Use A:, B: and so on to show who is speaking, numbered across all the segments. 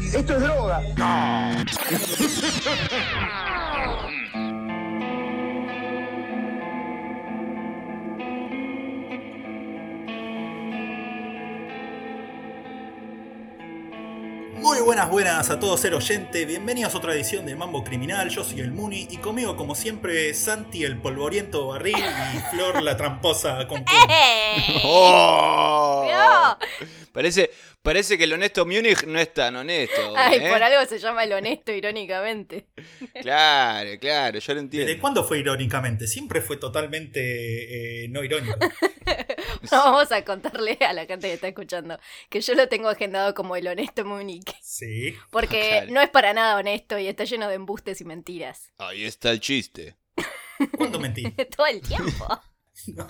A: Esto es droga.
B: Muy buenas, buenas a todos el oyente, bienvenidos a otra edición de Mambo Criminal, yo soy el Muni y conmigo como siempre Santi el polvoriento barril y Flor la tramposa con
C: ¡Ey!
D: ¡Oh!
C: ¡Vio!
D: Parece, parece que el honesto Munich no es tan honesto.
C: Ay,
D: ¿eh?
C: por algo se llama el honesto, irónicamente.
D: Claro, claro, yo lo
B: ¿Desde
D: entiendo.
B: Eh, cuándo fue irónicamente? Siempre fue totalmente eh, no irónico.
C: Vamos a contarle a la gente que está escuchando que yo lo tengo agendado como el honesto Munich.
B: Sí.
C: Porque
D: Claro.
C: no es para nada honesto y está lleno de embustes y mentiras.
D: Ahí está el chiste.
B: ¿Cuándo mentí?
C: Todo el tiempo.
B: No.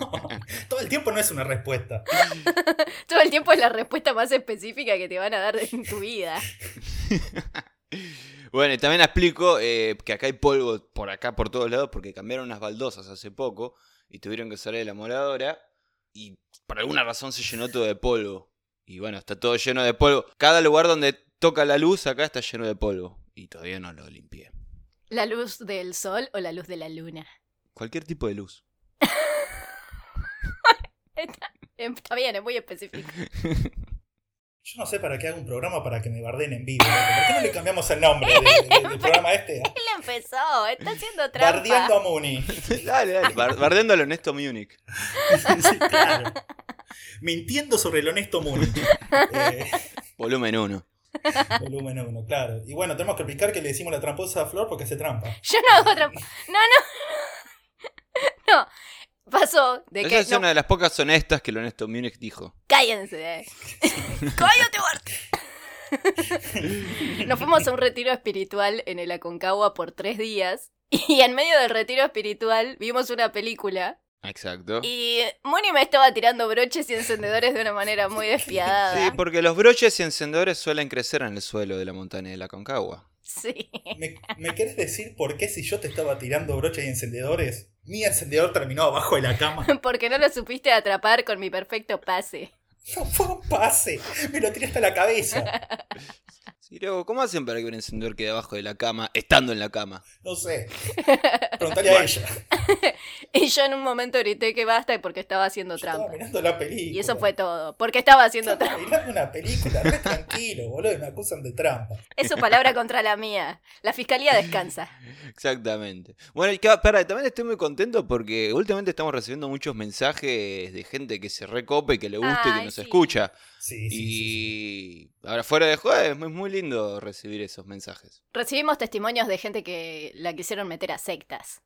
B: Todo el tiempo no es una respuesta.
C: Todo el tiempo es la respuesta más específica que te van a dar en tu vida.
D: Bueno, y también explico eh, que acá hay polvo por acá, por todos lados, porque cambiaron unas baldosas hace poco y tuvieron que salir de la moradora y por alguna razón se llenó todo de polvo. Y bueno, está todo lleno de polvo. Cada lugar donde toca la luz acá está lleno de polvo y todavía no lo limpié.
C: ¿La luz del sol o la luz de la luna?
D: Cualquier tipo de luz.
C: Em, Está bien, es muy específico.
B: Yo no sé para qué hago un programa para que me barden en vivo. loco. ¿Por qué no le cambiamos el nombre de- de- del programa este? a
C: Él empezó, está haciendo trampa.
B: Bardeando a Muni.
D: dale, dale. Bar- bardeando al honesto Munich.
B: Sí, claro. Mintiendo sobre el honesto Muni. Eh,
D: Volumen 1.
B: Volumen 1, claro. Y bueno, tenemos que explicar que le decimos la tramposa a Flor porque hace trampa.
C: Yo no hago trampa. No, no. No. Pasó de
D: Esa
C: que.
D: es
C: No,
D: una de las pocas honestas que el honesto Munich dijo.
C: Cállense. eh. Cállate, Bart. Nos fuimos a un retiro espiritual en el Aconcagua por tres días. Y en medio del retiro espiritual vimos una película.
D: Exacto.
C: Y Moni me estaba tirando broches y encendedores de una manera muy
D: Sí,
C: despiadada.
D: porque los broches y encendedores suelen crecer en el suelo de la montaña de la Concagua.
C: Sí.
B: ¿Me, me querés decir por qué si yo te estaba tirando broches y encendedores, mi encendedor terminó abajo de la cama?
C: Porque no lo supiste atrapar con mi perfecto pase.
B: No fue un pase, me lo tiré hasta la cabeza.
C: Ah.
D: Sí, luego, ¿cómo hacen para que un encendedor quede abajo de la cama, estando en la cama?
B: No sé. Preguntale a ella.
C: Y yo en un momento grité que basta porque estaba haciendo
B: Yo estaba
C: trampa.
B: mirando la película.
C: Y eso fue todo. Porque estaba haciendo trampa.
B: Estaba mirando una película, re tranquilo, boludo, y me acusan de trampa.
C: Es su palabra contra la mía. La fiscalía descansa.
D: Exactamente. Bueno, y que- pará, también estoy muy contento porque últimamente estamos recibiendo muchos mensajes de gente que se recope, que le guste,
C: Ay,
D: que nos
C: sí.
D: escucha.
B: Sí, sí, sí.
D: y ahora fuera de juego es muy, muy lindo recibir esos mensajes.
C: Recibimos testimonios de gente que la quisieron meter a sectas.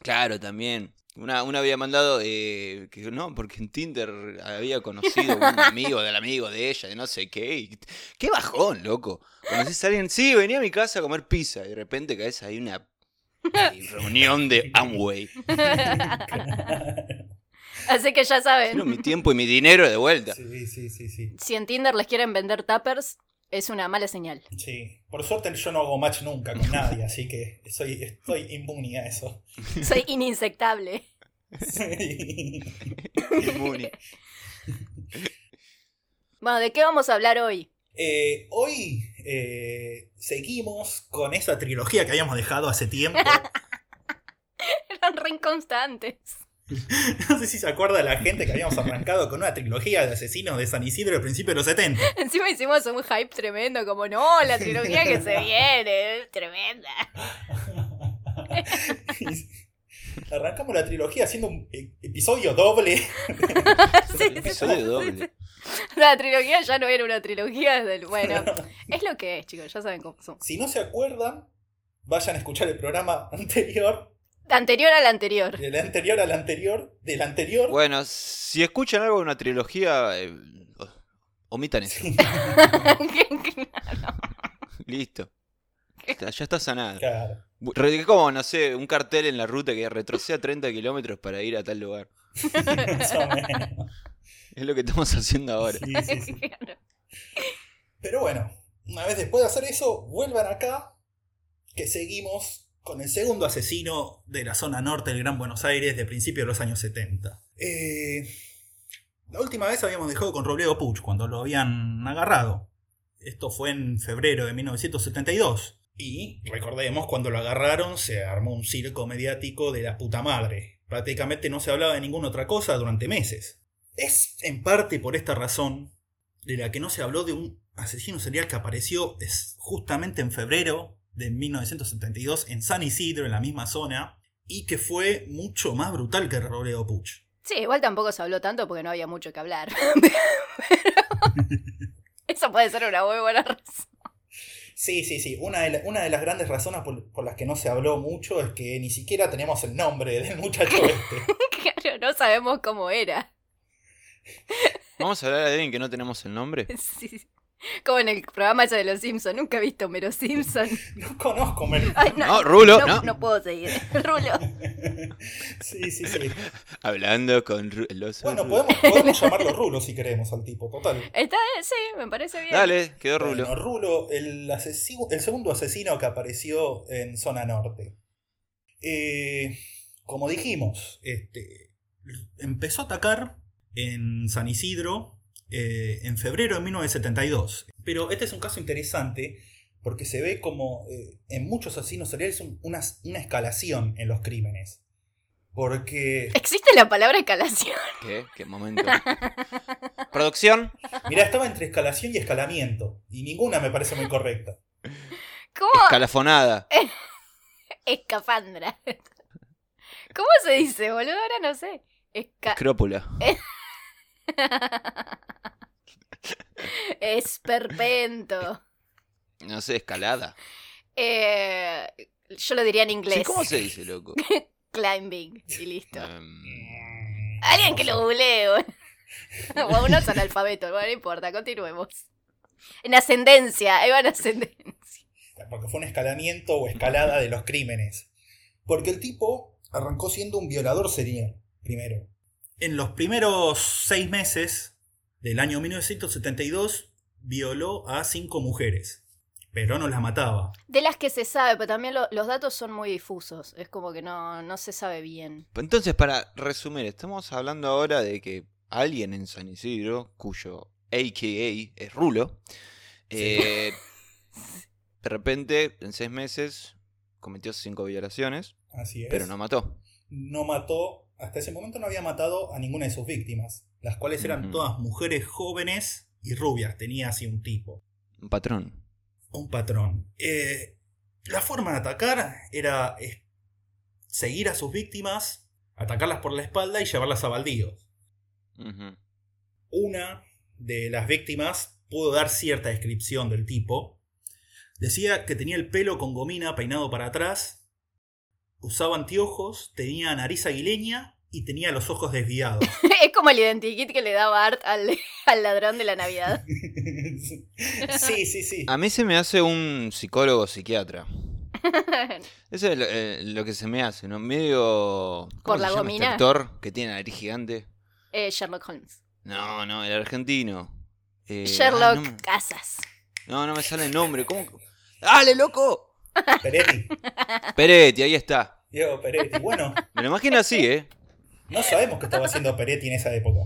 D: Claro, también. Una, una había mandado eh, que no, porque en Tinder había conocido un amigo del amigo de ella, de no sé qué. y- qué bajón, loco. Conoces a alguien, sí, venía a mi casa a comer pizza y de repente caes ahí una eh, reunión de Amway.
C: Así que ya
D: Quiero mi
C: saben,
D: tiempo y mi dinero de vuelta.
B: Sí, sí, sí, sí.
C: si en Tinder les quieren vender tappers, es una mala señal.
B: Sí. Por suerte yo no hago match nunca con nadie, así que soy, estoy inmune a eso.
C: Soy ininsectable.
B: Sí.
D: Muni.
C: Bueno, ¿de qué vamos a hablar hoy?
B: Eh, hoy eh, seguimos con esa trilogía que habíamos dejado hace tiempo.
C: Eran re inconstantes.
B: No sé si se acuerda la gente que habíamos arrancado con una trilogía de asesinos de San Isidro al principio de los 70.
C: Encima hicimos un hype tremendo, como no, la trilogía que se viene, es tremenda.
B: Arrancamos la trilogía haciendo un e- episodio doble.
C: Sí, sí, sí.
D: Episodio doble.
C: La trilogía ya no era una trilogía desde el... Bueno, es lo que es, chicos, ya saben cómo son.
B: Si no se acuerdan, vayan a escuchar el programa anterior,
C: Anterior al anterior.
B: del anterior al anterior, del anterior.
D: Bueno, si escuchan algo de una trilogía, eh, o- omitan eso. Listo. Ya ya está sanado.
B: Claro.
D: Re- Es como, no sé, un cartel en la ruta que retroceda 30 kilómetros para ir a tal lugar.
B: Más o menos.
D: Es lo que estamos haciendo ahora.
B: Sí, sí, sí. Pero bueno, una vez después de hacer eso, vuelvan acá, que seguimos con el segundo asesino de la zona norte del Gran Buenos Aires de principios de los años 70. Eh, la última vez habíamos dejado con Robledo Puch cuando lo habían agarrado. Esto fue en febrero de 1972. Y recordemos, cuando lo agarraron se armó un circo mediático de la puta madre. Prácticamente no se hablaba de ninguna otra cosa durante meses. Es en parte por esta razón de la que no se habló de un asesino serial que apareció es justamente en febrero de 1972 en San Isidro, en la misma zona, y que fue mucho más brutal que Robledo Puch.
C: Sí, igual tampoco se habló tanto porque no había mucho que hablar. Pero- Eso puede ser una muy buena razón.
B: Sí, sí, sí. Una de, la- una de las grandes razones por, por las que no se habló mucho es que ni siquiera tenemos el nombre del muchacho este.
C: Claro, no sabemos cómo era.
D: Vamos a hablar de alguien que no tenemos el nombre.
C: Sí. Como en el programa ese de los Simpsons. Nunca he visto Mero Simpson.
B: No conozco. me-
C: Ay, no,
D: No, Rulo,
C: no,
D: no.
C: no puedo seguir. Rulo.
B: Sí, sí, sí.
D: Hablando con Ru- los.
B: Bueno, podemos, podemos llamarlo Rulo si queremos al tipo, total.
C: Está, sí, me parece bien.
D: Dale, quedó
B: Bueno,
D: Rulo.
B: Rulo, el, asesino, el segundo asesino que apareció en Zona Norte. Eh, como dijimos, este, empezó a atacar en San Isidro eh, en febrero de 1972. Pero este es un caso interesante porque se ve como eh, en muchos asesinos seriales un- una, una escalación en los crímenes. Porque
C: ¿Existe la palabra escalación?
D: ¿Qué? ¿Qué momento? ¿Producción?
B: Mirá, estaba entre escalación y escalamiento. Y ninguna me parece muy correcta.
C: ¿Cómo?
D: Escalafonada.
C: Escafandra. ¿Cómo se dice, boludo? Ahora no sé. Esca...
D: Escrópula.
C: Esperpento.
D: No sé, escalada.
C: Eh, yo lo diría en inglés.
D: Sí, ¿Cómo se dice, loco?
C: Climbing. Y listo.
D: Em,
C: Alguien que lo googlee. boludo. O a unos analfabetos. Bueno, no importa. Continuemos. En ascendencia. Ahí va en ascendencia.
B: Porque fue un escalamiento o escalada de los crímenes. Porque el tipo arrancó siendo un violador serial, primero. En los primeros seis meses del año 1972, violó a cinco mujeres. Pero no las mataba.
C: De las que se sabe, pero también lo- los datos son muy difusos. Es como que no, no se sabe bien.
D: Entonces, para resumir, estamos hablando ahora de que alguien en San Isidro, cuyo AKA es Rulo, eh, de repente, en seis meses, cometió cinco violaciones,
B: Así es.
D: pero no mató.
B: no mató, hasta ese momento no había matado a ninguna de sus víctimas. Las cuales eran
D: Ujú.
B: todas mujeres jóvenes y rubias. Tenía así un tipo.
D: Un patrón.
B: un patrón. Eh, la forma de atacar era eh, seguir a sus víctimas, atacarlas por la espalda y llevarlas a baldíos.
D: Ujú.
B: Una de las víctimas pudo dar cierta descripción del tipo. Decía que tenía el pelo con gomina peinado para atrás, usaba anteojos, tenía nariz aguileña y tenía los ojos desviados.
C: Es como el identikit que le daba Art al, al ladrón de la Navidad.
B: sí, sí, sí.
D: A mí se me hace un psicólogo psiquiatra. Eso es lo, eh, lo que se me hace, ¿no? Medio. ¿cómo
C: Por
D: se
C: la
D: llama
C: gomina.
D: Este actor que tiene nariz gigante.
C: Eh, Sherlock Holmes.
D: No, no, el argentino. Eh, ay,
C: Sherlock
D: ah, no me-
C: Casas.
D: No, no me sale el nombre. ¿Cómo? ¡Dale, loco!
B: Peretti.
D: Peretti, ahí está.
B: Diego Peretti. Bueno,
D: Me lo imagino así, ¿eh?
B: no sabemos qué estaba haciendo Peretti en esa época.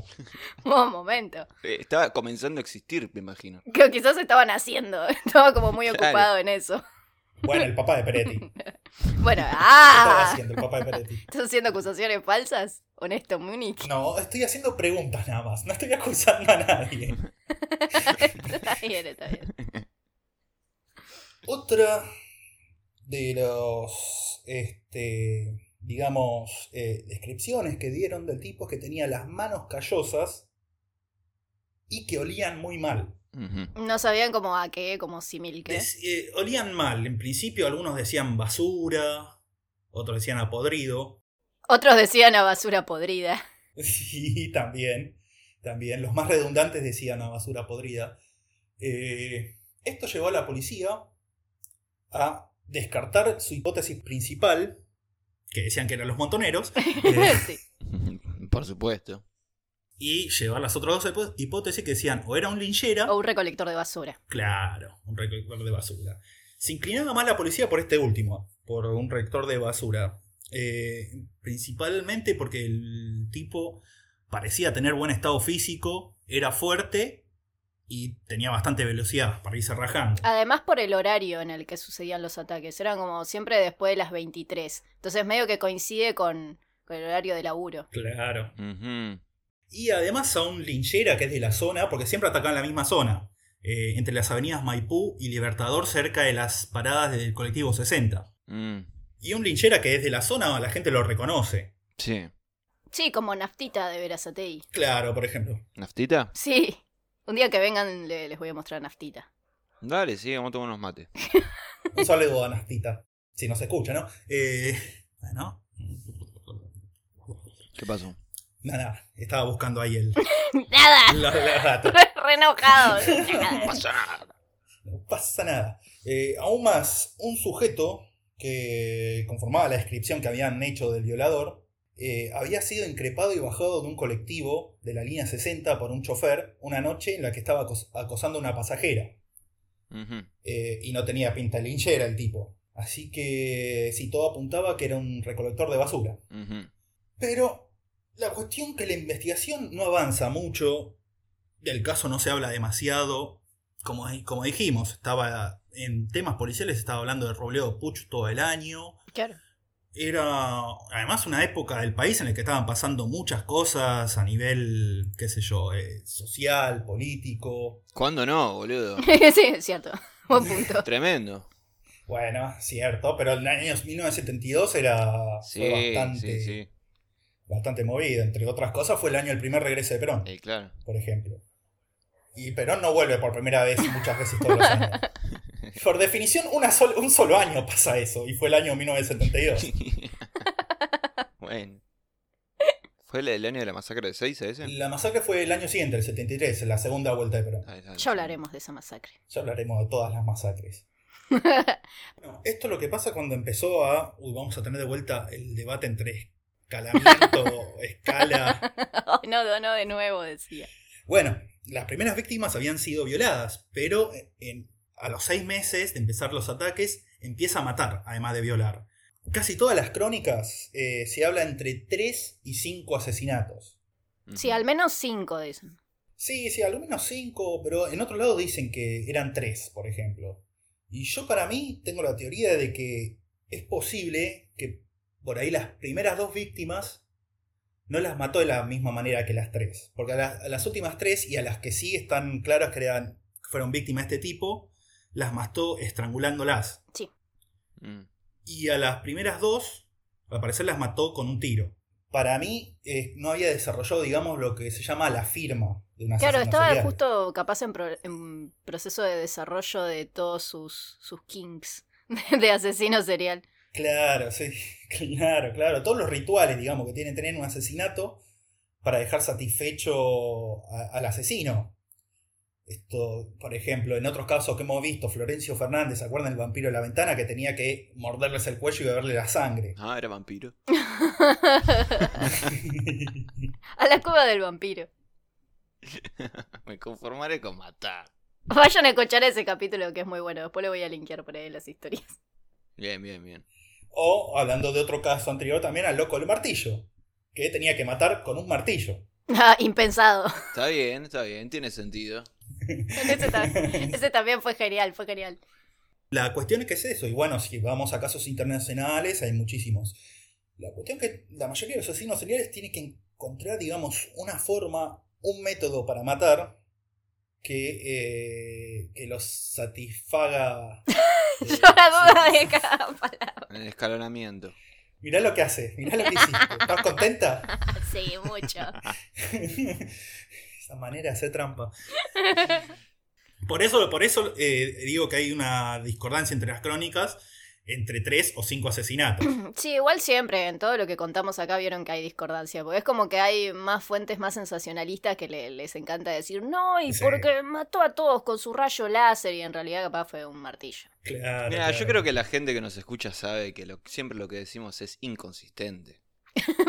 C: Un momento.
D: Eh, Estaba comenzando a existir, me imagino.
C: Que quizás estaban haciendo. Estaba como muy
D: Claro.
C: ocupado en eso.
B: Bueno, el papá de Peretti. ¿Qué
C: Bueno,
B: estaba
C: ¡ah!
B: haciendo el papá de Peretti?
C: ¿Estás haciendo acusaciones falsas? Honesto, Múnich.
B: No, estoy haciendo preguntas nada más. No estoy acusando a nadie.
C: Está bien, está bien.
B: Otra de los, este, digamos, eh, descripciones que dieron del tipo es que tenía las manos callosas y que olían muy mal.
D: Ujú.
C: No sabían como a qué, como simil qué.
B: Dec- eh, olían mal. En principio algunos decían basura, otros decían a podrido.
C: Otros decían a basura podrida.
B: Sí, también. También. Los más redundantes decían a basura podrida. Eh, esto llevó a la policía a descartar su hipótesis principal, que decían que eran los montoneros, eh,
C: Sí.
D: Por supuesto.
B: y llevar las otras dos hipo- hipótesis que decían o era un linchera,
C: O un recolector de basura.
B: claro, un recolector de basura. Se inclinaba más la policía por este último, por un recolector de basura. Eh, principalmente porque el tipo parecía tener buen estado físico, era fuerte y tenía bastante velocidad para irse rajando.
C: Además por el horario en el que sucedían los ataques, eran como siempre después de las 23, entonces medio que coincide con, con el horario de laburo.
B: Claro.
D: Ujú.
B: Y además a un linchera que es de la zona, porque siempre atacan la misma zona, eh, entre las avenidas Maipú y Libertador, cerca de las paradas del colectivo 60.
D: Mm.
B: Y un linchera que es de la zona, la gente lo reconoce.
D: Sí.
C: Sí, como naftita de Verazatei.
B: Claro, por ejemplo.
D: ¿Naftita?
C: Sí, un día que vengan le- les voy a mostrar naftita.
D: Dale, sí, vamos a tomar unos mates.
B: Un saludo a Nastita, si nos escucha, ¿no? Eh, bueno,
D: ¿Qué pasó?
B: nada, estaba buscando ahí el,
C: ¡Nada!
B: la, la data.
C: Re enojado. Nada.
D: Pasa nada.
B: No pasa nada. Eh, aún más, un sujeto que conformaba la descripción que habían hecho del violador eh, había sido increpado y bajado de un colectivo de la línea 60 por un chofer una noche en la que estaba acos- acosando a una pasajera.
D: Ujú.
B: Eh, y no tenía pinta de linchera el tipo. Así que si todo apuntaba que era un recolector de basura.
D: Ujú.
B: Pero la cuestión que la investigación no avanza mucho, del caso no se habla demasiado, como, como dijimos, estaba en temas policiales, estaba hablando de Robledo Puch todo el año,
C: Claro.
B: era además una época del país en la que estaban pasando muchas cosas a nivel, qué sé yo, eh, social, político.
D: ¿Cuándo no, boludo?
C: sí, es cierto. Buen punto.
D: Tremendo.
B: Bueno, cierto, pero el año 1972 era
D: Sí,
B: fue bastante,
D: sí, sí.
B: bastante movido. Entre otras cosas, fue el año del primer regreso de Perón.
D: Eh, claro.
B: por ejemplo. Y Perón no vuelve por primera vez muchas veces todos los años. Por definición, una sol- un solo año pasa eso, y fue el año 1972.
D: bueno. ¿Fue la- el año de la masacre de Seiza ese?
B: La masacre fue el año siguiente, el 73, la segunda vuelta de Perón.
D: Ahí está.
C: Ya hablaremos de esa masacre.
B: Ya hablaremos de todas las masacres. Bueno, esto es lo que pasa cuando empezó a. Uy, vamos a tener de vuelta el debate entre escalamiento, escala.
C: Oh, no, no, no, de nuevo decía.
B: Bueno, las primeras víctimas habían sido violadas, pero en- a los seis meses de empezar los ataques empieza a matar, además de violar. Casi todas las crónicas eh, se habla entre 3 y 5 asesinatos.
D: Ujú.
C: Sí, al menos cinco de esos.
B: Sí, sí, al menos 5, pero en otro lado dicen que eran 3, por ejemplo. Y yo para mí tengo la teoría de que es posible que por ahí las primeras dos víctimas no las mató de la misma manera que las tres. Porque a las, a las últimas tres y a las que sí están claras que eran- que fueron víctimas de este tipo, las mató estrangulándolas.
D: Mm.
B: Y a las primeras dos, al parecer las mató con un tiro. Para mí eh, no había desarrollado, digamos, lo que se llama la firma de una
C: Claro, estaba justo capaz en, pro- en proceso de desarrollo de todos sus, sus kinks de asesino serial.
B: Claro, sí, claro, claro. Todos los rituales, digamos, que tiene tener un asesinato para dejar satisfecho a- al asesino. Esto, por ejemplo, en otros casos que hemos visto, Florencio Fernández, ¿se acuerdan del vampiro de la ventana? Que tenía que morderles el cuello y beberle la sangre.
D: Ah, era vampiro.
C: A la cueva del vampiro.
D: Me conformaré con matar.
C: Vayan a escuchar ese capítulo que es muy bueno. Después lo voy a linkear por ahí en las historias.
D: Bien, bien, bien.
B: O, hablando de otro caso anterior, también al loco del martillo, que tenía que matar con un martillo.
C: Ah, impensado.
D: Está bien, está bien, tiene sentido.
C: Ese, ta- ese también fue genial, fue genial.
B: La cuestión es que es eso, y bueno, si vamos a casos internacionales, hay muchísimos. La cuestión es que la mayoría de los asesinos seriales tienen que encontrar, digamos, una forma, un método para matar que, eh, que los satisfaga. eh,
C: Yo la duda de cada palabra.
D: En el escalonamiento.
B: Mirá lo que hace, mirá lo que hiciste. ¿Estás contenta?
C: Sí, mucho.
B: Esa manera de hacer trampa. Por eso, por eso eh, digo que hay una discordancia entre las crónicas entre tres o cinco asesinatos.
C: Sí, igual siempre, en todo lo que contamos acá vieron que hay discordancia, porque es como que hay más fuentes más sensacionalistas que le- les encanta decir, no, y
B: Sí.
C: porque mató a todos con su rayo láser y en realidad capaz fue un martillo.
B: Claro.
D: Mira, yo
B: claro.
D: creo que la gente que nos escucha sabe que lo- siempre lo que decimos es inconsistente.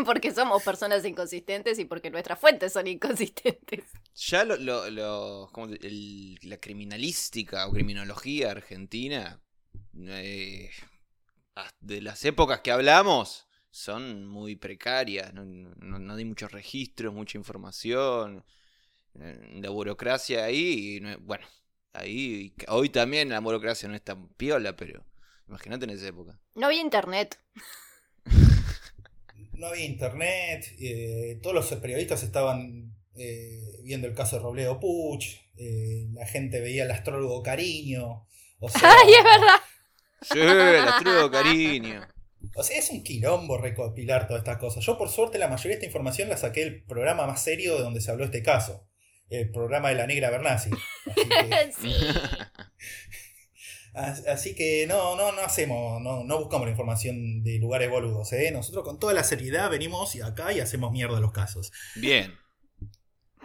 C: porque somos personas inconsistentes y porque nuestras fuentes son inconsistentes.
D: Ya lo, lo- lo- ¿cómo se- el- la criminalística o criminología argentina, eh, as- de las épocas que hablamos, son muy precarias. No, no- no hay muchos registros, mucha información. eh, la burocracia ahí, y no- bueno, ahí, hoy también la burocracia no es tan piola, pero imagínate en esa época.
C: No había internet.
B: No había internet, eh, todos los periodistas estaban eh, viendo el caso de Robledo Puch, eh, la gente veía al astrólogo Cariño. O sea,
C: Ay, es verdad.
D: Sí, la truco, cariño.
B: O sea, es un quilombo recopilar todas estas cosas. Yo, por suerte, la mayoría de esta información la saqué del programa más serio de donde se habló este caso. El programa de la negra Bernasi. Así que,
C: Sí.
B: as- así que no, no, no hacemos, no, no buscamos la información de lugares boludos, ¿eh? Nosotros con toda la seriedad venimos y acá y hacemos mierda los casos.
D: Bien.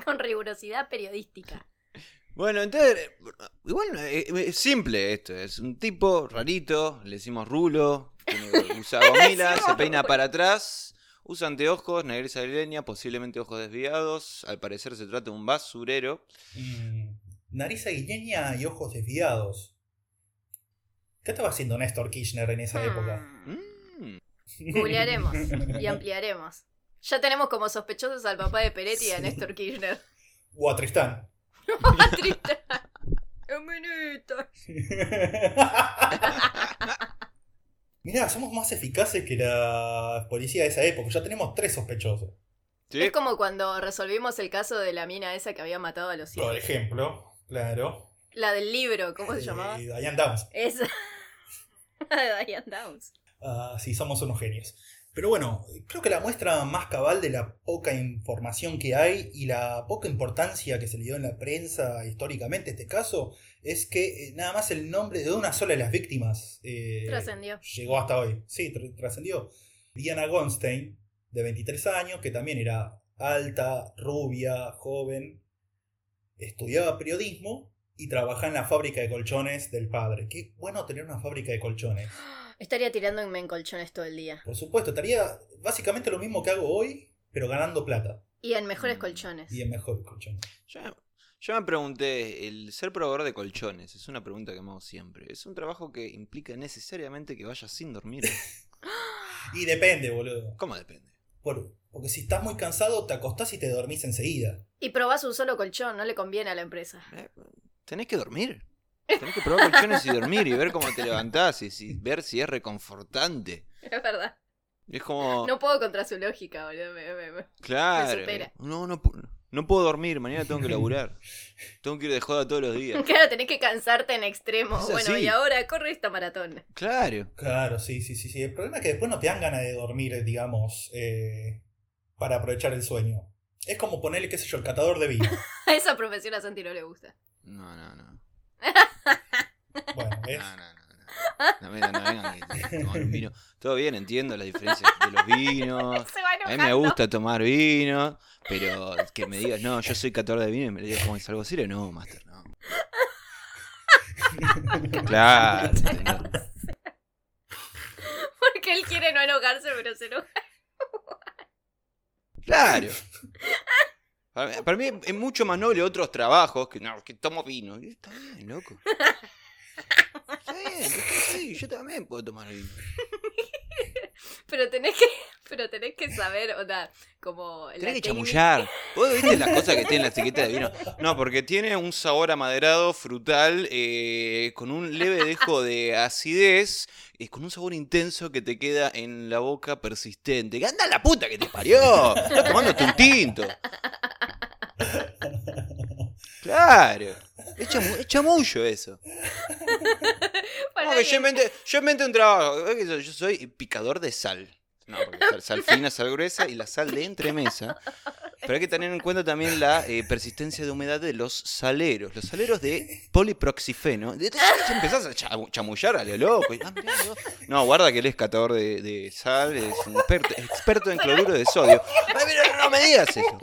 C: Con rigurosidad periodística.
D: Bueno, entonces, eh, igual eh, eh, es simple esto. Es un tipo rarito, le decimos rulo, tiene- usa gomila, se
C: decimos
D: peina
C: rulo.
D: para atrás, usa anteojos, negreza de leña, posiblemente ojos desviados. Al parecer se trata de un basurero.
B: Mm, nariz aguileña y ojos desviados. ¿Qué estaba haciendo Néstor Kirchner en esa época?
C: Hmm.
D: Mm.
C: Googlearemos y ampliaremos. Ya tenemos como sospechosos al papá de Peretti y a
B: Sí.
C: Néstor Kirchner. Ah,
B: O a Tristán.
C: Triste. Un minuto.
B: Mirá, somos más eficaces que la policía de esa época. Ya tenemos tres sospechosos.
D: Sí.
C: Es como cuando resolvimos el caso de la mina esa que había matado a los
B: Por
C: siete.
B: ejemplo, claro.
C: La del libro, ¿cómo se
B: eh,
C: llamaba?
B: Diane Downs.
C: Esa. de Diane Downs.
B: Ah, sí, somos unos genios. Pero bueno, creo que la muestra más cabal de la poca información que hay y la poca importancia que se le dio en la prensa históricamente a este caso es que eh, nada más el nombre de una sola de las víctimas eh,
C: Trascendió.
B: llegó hasta hoy. Sí, tr- trascendió. Diana Gonstein, de 23 años, que también era alta, rubia, joven, estudiaba periodismo y trabajaba en la fábrica de colchones del padre. Qué bueno tener una fábrica de colchones.
C: Estaría tirándome en colchones todo el día.
B: Por supuesto, estaría básicamente lo mismo que hago hoy, pero ganando plata
C: Y en mejores
D: Mm.
C: colchones.
B: y en mejor colchón.
D: Yo, yo me pregunté, el ser probador de colchones es una pregunta que me hago siempre. ¿Es un trabajo que implica necesariamente que vayas sin dormir?
B: Y depende, boludo.
D: ¿Cómo depende?
B: Por- porque si estás muy cansado, te acostás y te dormís enseguida.
C: Y probás un solo colchón, no le conviene a la empresa.
D: Eh, Tenés que dormir. Tenés que probar colchones y dormir y ver cómo te levantás y si- ver si es reconfortante.
C: Es verdad.
D: Es como.
C: No puedo contra su lógica, boludo. Me- me- me- me
D: claro.
C: supera.
D: No, no, pu- no puedo dormir. Mañana tengo que laburar. Tengo que ir de joda todos los días.
C: Claro, tenés que cansarte en extremo.
D: Es
C: Bueno,
D: así.
C: y ahora corre esta maratón.
D: Claro.
B: Claro, sí, sí, sí, sí. El problema es que después no te dan ganas de dormir, digamos, eh, para aprovechar el sueño. Es como ponerle, qué sé yo, el catador de vino.
C: A esa profesión a Santi no le gusta.
D: No, no, no.
B: Bueno,
D: No,
B: ¿ves?
D: no, no. no. No vengan, no vengan que- tomar un vino. Todo bien, entiendo las diferencias de los vinos.
C: Se va
D: Ah, A
C: enojando.
D: mí me gusta tomar vino, pero que me digas, no, yo soy 14 de vino y me digas cómo es algo serio, no, Master, no. Claro, no.
C: Porque él quiere no enojarse, pero se enoja.
D: Claro. Para mí, para mí es mucho más noble otros trabajos que no, que tomo vino. Y Está bien, loco. Está bien, sí, yo también puedo tomar vino.
C: Pero tenés que, pero tenés que saber, o sea, como. la
D: Tenés que
C: técnica-
D: chamullar. ¿Vos viste las cosas que tiene la etiqueta de vino? No, porque tiene un sabor amaderado, frutal, eh, con un leve dejo de acidez, eh, con un sabor intenso que te queda en la boca persistente. ¡Que ¡Anda la puta que te parió! Estás tomándote un tinto. Claro. Es, chamu- es chamullo eso.
C: Para
D: No, que
C: alguien-
D: yo, inventé, yo inventé un trabajo. ¿Ves que Yo, yo soy picador de sal. No, porque sal- sal fina, sal gruesa y la sal de entremesa. Pero hay que tener en cuenta también la eh, persistencia de humedad de los saleros. Los saleros de poliproxifeno. De- de- ya empezás a cha- chamullar a lo loco. Y, ah, mirá, no. No, guarda que él es catador de, de sal, es un experto, experto en cloruro de sodio. Ay, pero no, no me digas eso.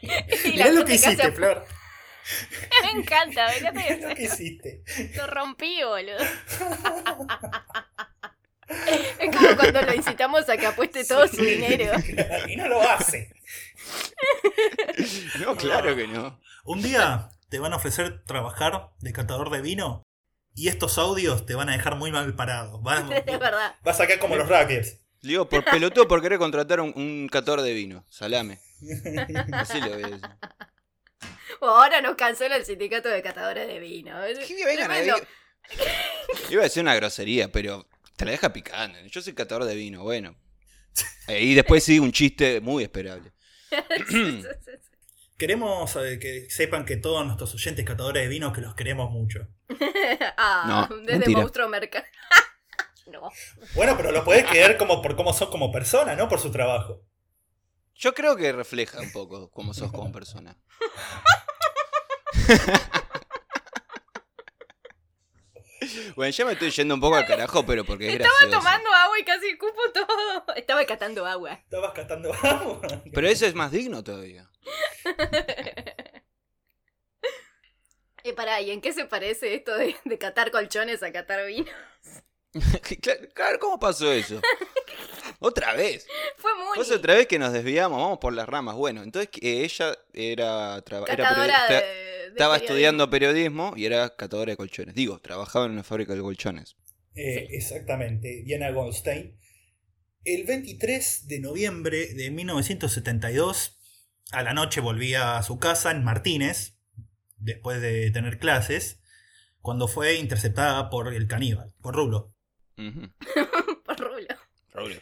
C: y la
B: Mirá lo
C: gente
B: que
C: casi
B: hiciste,
C: a-
B: Flor.
C: Me encanta,
B: Mirá
C: ¿verdad?
B: lo que hiciste.
C: Lo rompí, boludo. Es como cuando lo incitamos a que apueste todo su dinero.
B: y no lo hace.
D: No, claro que no.
B: Un día te van a ofrecer trabajar de catador de vino y estos audios te van a dejar muy mal parado. Vas,
C: Es verdad.
B: vas a caer como los Rackers.
D: Le digo, por pelotudo por querer contratar un, un catador de vino. Salame. Así lo voy a decir.
C: O ahora nos cancela el sindicato de catadores de vino.
D: Que me vengan a
C: Tremendo.
D: decir- Eh, Iba a decir una grosería, pero te la deja picando. Yo soy catador de vino, bueno. Eh, y después sí, un chiste muy esperable.
B: Queremos eh, que sepan que todos nuestros oyentes catadores de vino que los queremos mucho.
C: ah,
D: No,
C: desde
D: mentira.
C: Monstruo Mercado. no.
B: Bueno, pero los podés querer como por cómo son como persona, no por su trabajo.
D: Yo creo que refleja un poco cómo sos como persona. bueno, ya me estoy yendo un poco al carajo, pero porque es
C: Estaba
D: gracioso.
C: tomando agua y casi cupo todo. Estaba catando agua.
B: Estabas catando agua.
D: Pero eso es más digno todavía.
C: Y pará, ¿y en qué se parece esto de, de catar colchones a catar vino?
D: Claro, claro, ¿cómo pasó eso? Otra vez.
C: Fue muy.
D: Pues otra vez que nos desviamos, vamos por las ramas. Bueno, entonces que ella era, traba- era
C: catadora
D: periodista,
C: de, de periodismo.
D: estaba estudiando periodismo y era catadora de colchones. Digo, trabajaba en una fábrica de colchones.
B: Eh, Exactamente, Diana Goldstein. El 23 de noviembre de 1972, a la noche volvía a su casa en Martínez, después de tener clases, cuando fue interceptada por el caníbal, por Rulo.
D: Ujú.
C: Por rulo.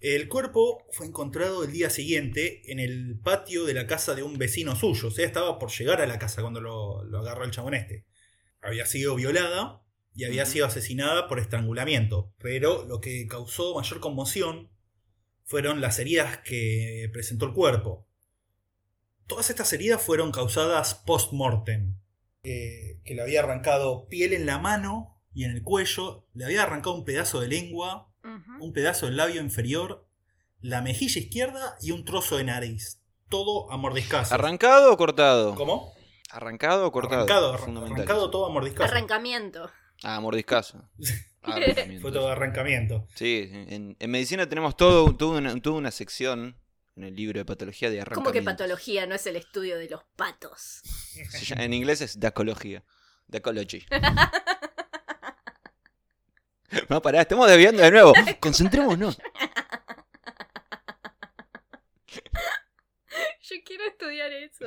B: El cuerpo fue encontrado el día siguiente en el patio de la casa de un vecino suyo, o sea, estaba por llegar a la casa cuando lo, lo agarró el chabón este. Había sido violada y había
D: Ujú.
B: sido asesinada por estrangulamiento, pero lo que causó mayor conmoción fueron las heridas que presentó el cuerpo. Todas estas heridas fueron causadas post-mortem, eh, que le había arrancado piel en la mano y en el cuello, le había arrancado un pedazo de lengua,
C: Ujú.
B: un pedazo del labio inferior, la mejilla izquierda y un trozo de nariz. Todo a mordiscazos.
D: ¿Arrancado o cortado?
B: ¿Cómo?
D: ¿Arrancado o cortado?
B: Arrancado, arran-
D: Fundamental.
B: arrancado todo a mordiscazos.
C: Arrancamiento.
D: Ah, mordiscazo. Ah,
B: Fue todo arrancamiento.
D: Sí, en, en medicina tenemos todo, toda una, toda una sección en el libro de patología de arrancamiento.
C: ¿Cómo que patología no es el estudio de los patos?
D: Se llama- En inglés es dacología. Dacology. No, pará, estamos desviando de nuevo. Concentrémonos.
C: Yo quiero estudiar eso.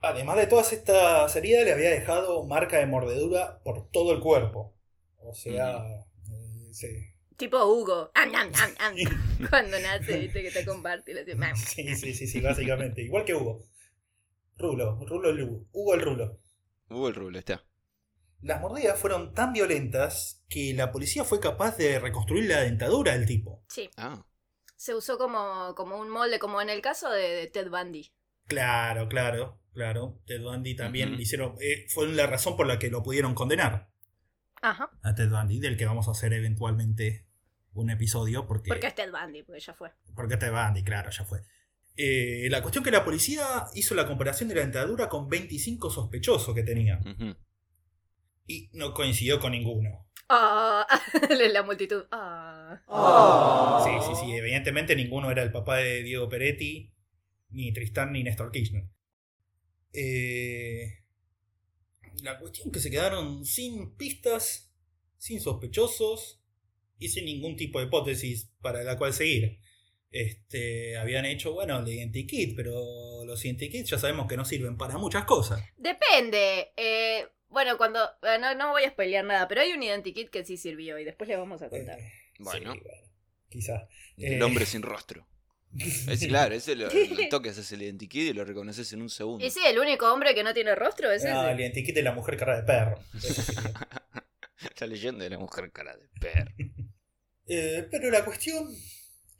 B: Además de todas estas heridas, le había dejado marca de mordedura por todo el cuerpo. O sea, eh, sí.
C: Tipo Hugo. Am, am, am, am. Cuando nace, viste que te comparte. y le hace, mam.
B: Sí, sí, sí, sí, básicamente. Igual que Hugo. Rulo, Rulo el Hugo. Hugo el Rulo.
D: Uh, el rulo, está.
B: Las mordidas fueron tan violentas que la policía fue capaz de reconstruir la dentadura del tipo.
C: Sí,
D: Ah,
C: se usó como, como un molde, como en el caso de, de Ted Bundy.
B: Claro, claro, claro. Ted Bundy también
D: Ujú.
B: le hicieron. eh, fue la razón por la que lo pudieron condenar
C: Ajá.
B: a Ted Bundy, del que vamos a hacer eventualmente un episodio, porque.
C: Porque es Ted Bundy, porque ya fue.
B: porque Ted Bundy, claro, ya fue. Eh, la cuestión que la policía hizo la comparación de la dentadura con 25 sospechosos que tenía.
D: ujú.
B: Y no coincidió con ninguno.
C: Ah, la multitud. Ah.
B: Sí,
D: Ah.
B: sí, sí. Evidentemente ninguno era el papá de Diego Peretti, ni Tristán, ni Néstor Kirchner. Eh, la cuestión que se quedaron sin pistas, sin sospechosos y sin ningún tipo de hipótesis para la cual seguir. Este, habían hecho, bueno, el identikit, pero los identikits ya sabemos que no sirven para muchas cosas.
C: Depende. eh, bueno, cuando. eh, No, no voy a spoilear nada, pero hay un identikit que sí sirvió y después le vamos a contar.
B: Eh,
D: Bueno.
B: sí, quizás.
D: El
B: Eh.
D: hombre sin rostro. Es claro, ese lo, lo toques, es el identikit y lo reconoces en un segundo.
C: Y sí, el único hombre que no tiene rostro es
B: No, el
C: ese.
B: identikit de la mujer cara de perro. Eso sería.
D: La leyenda de la mujer cara de perro.
B: Eh, pero la cuestión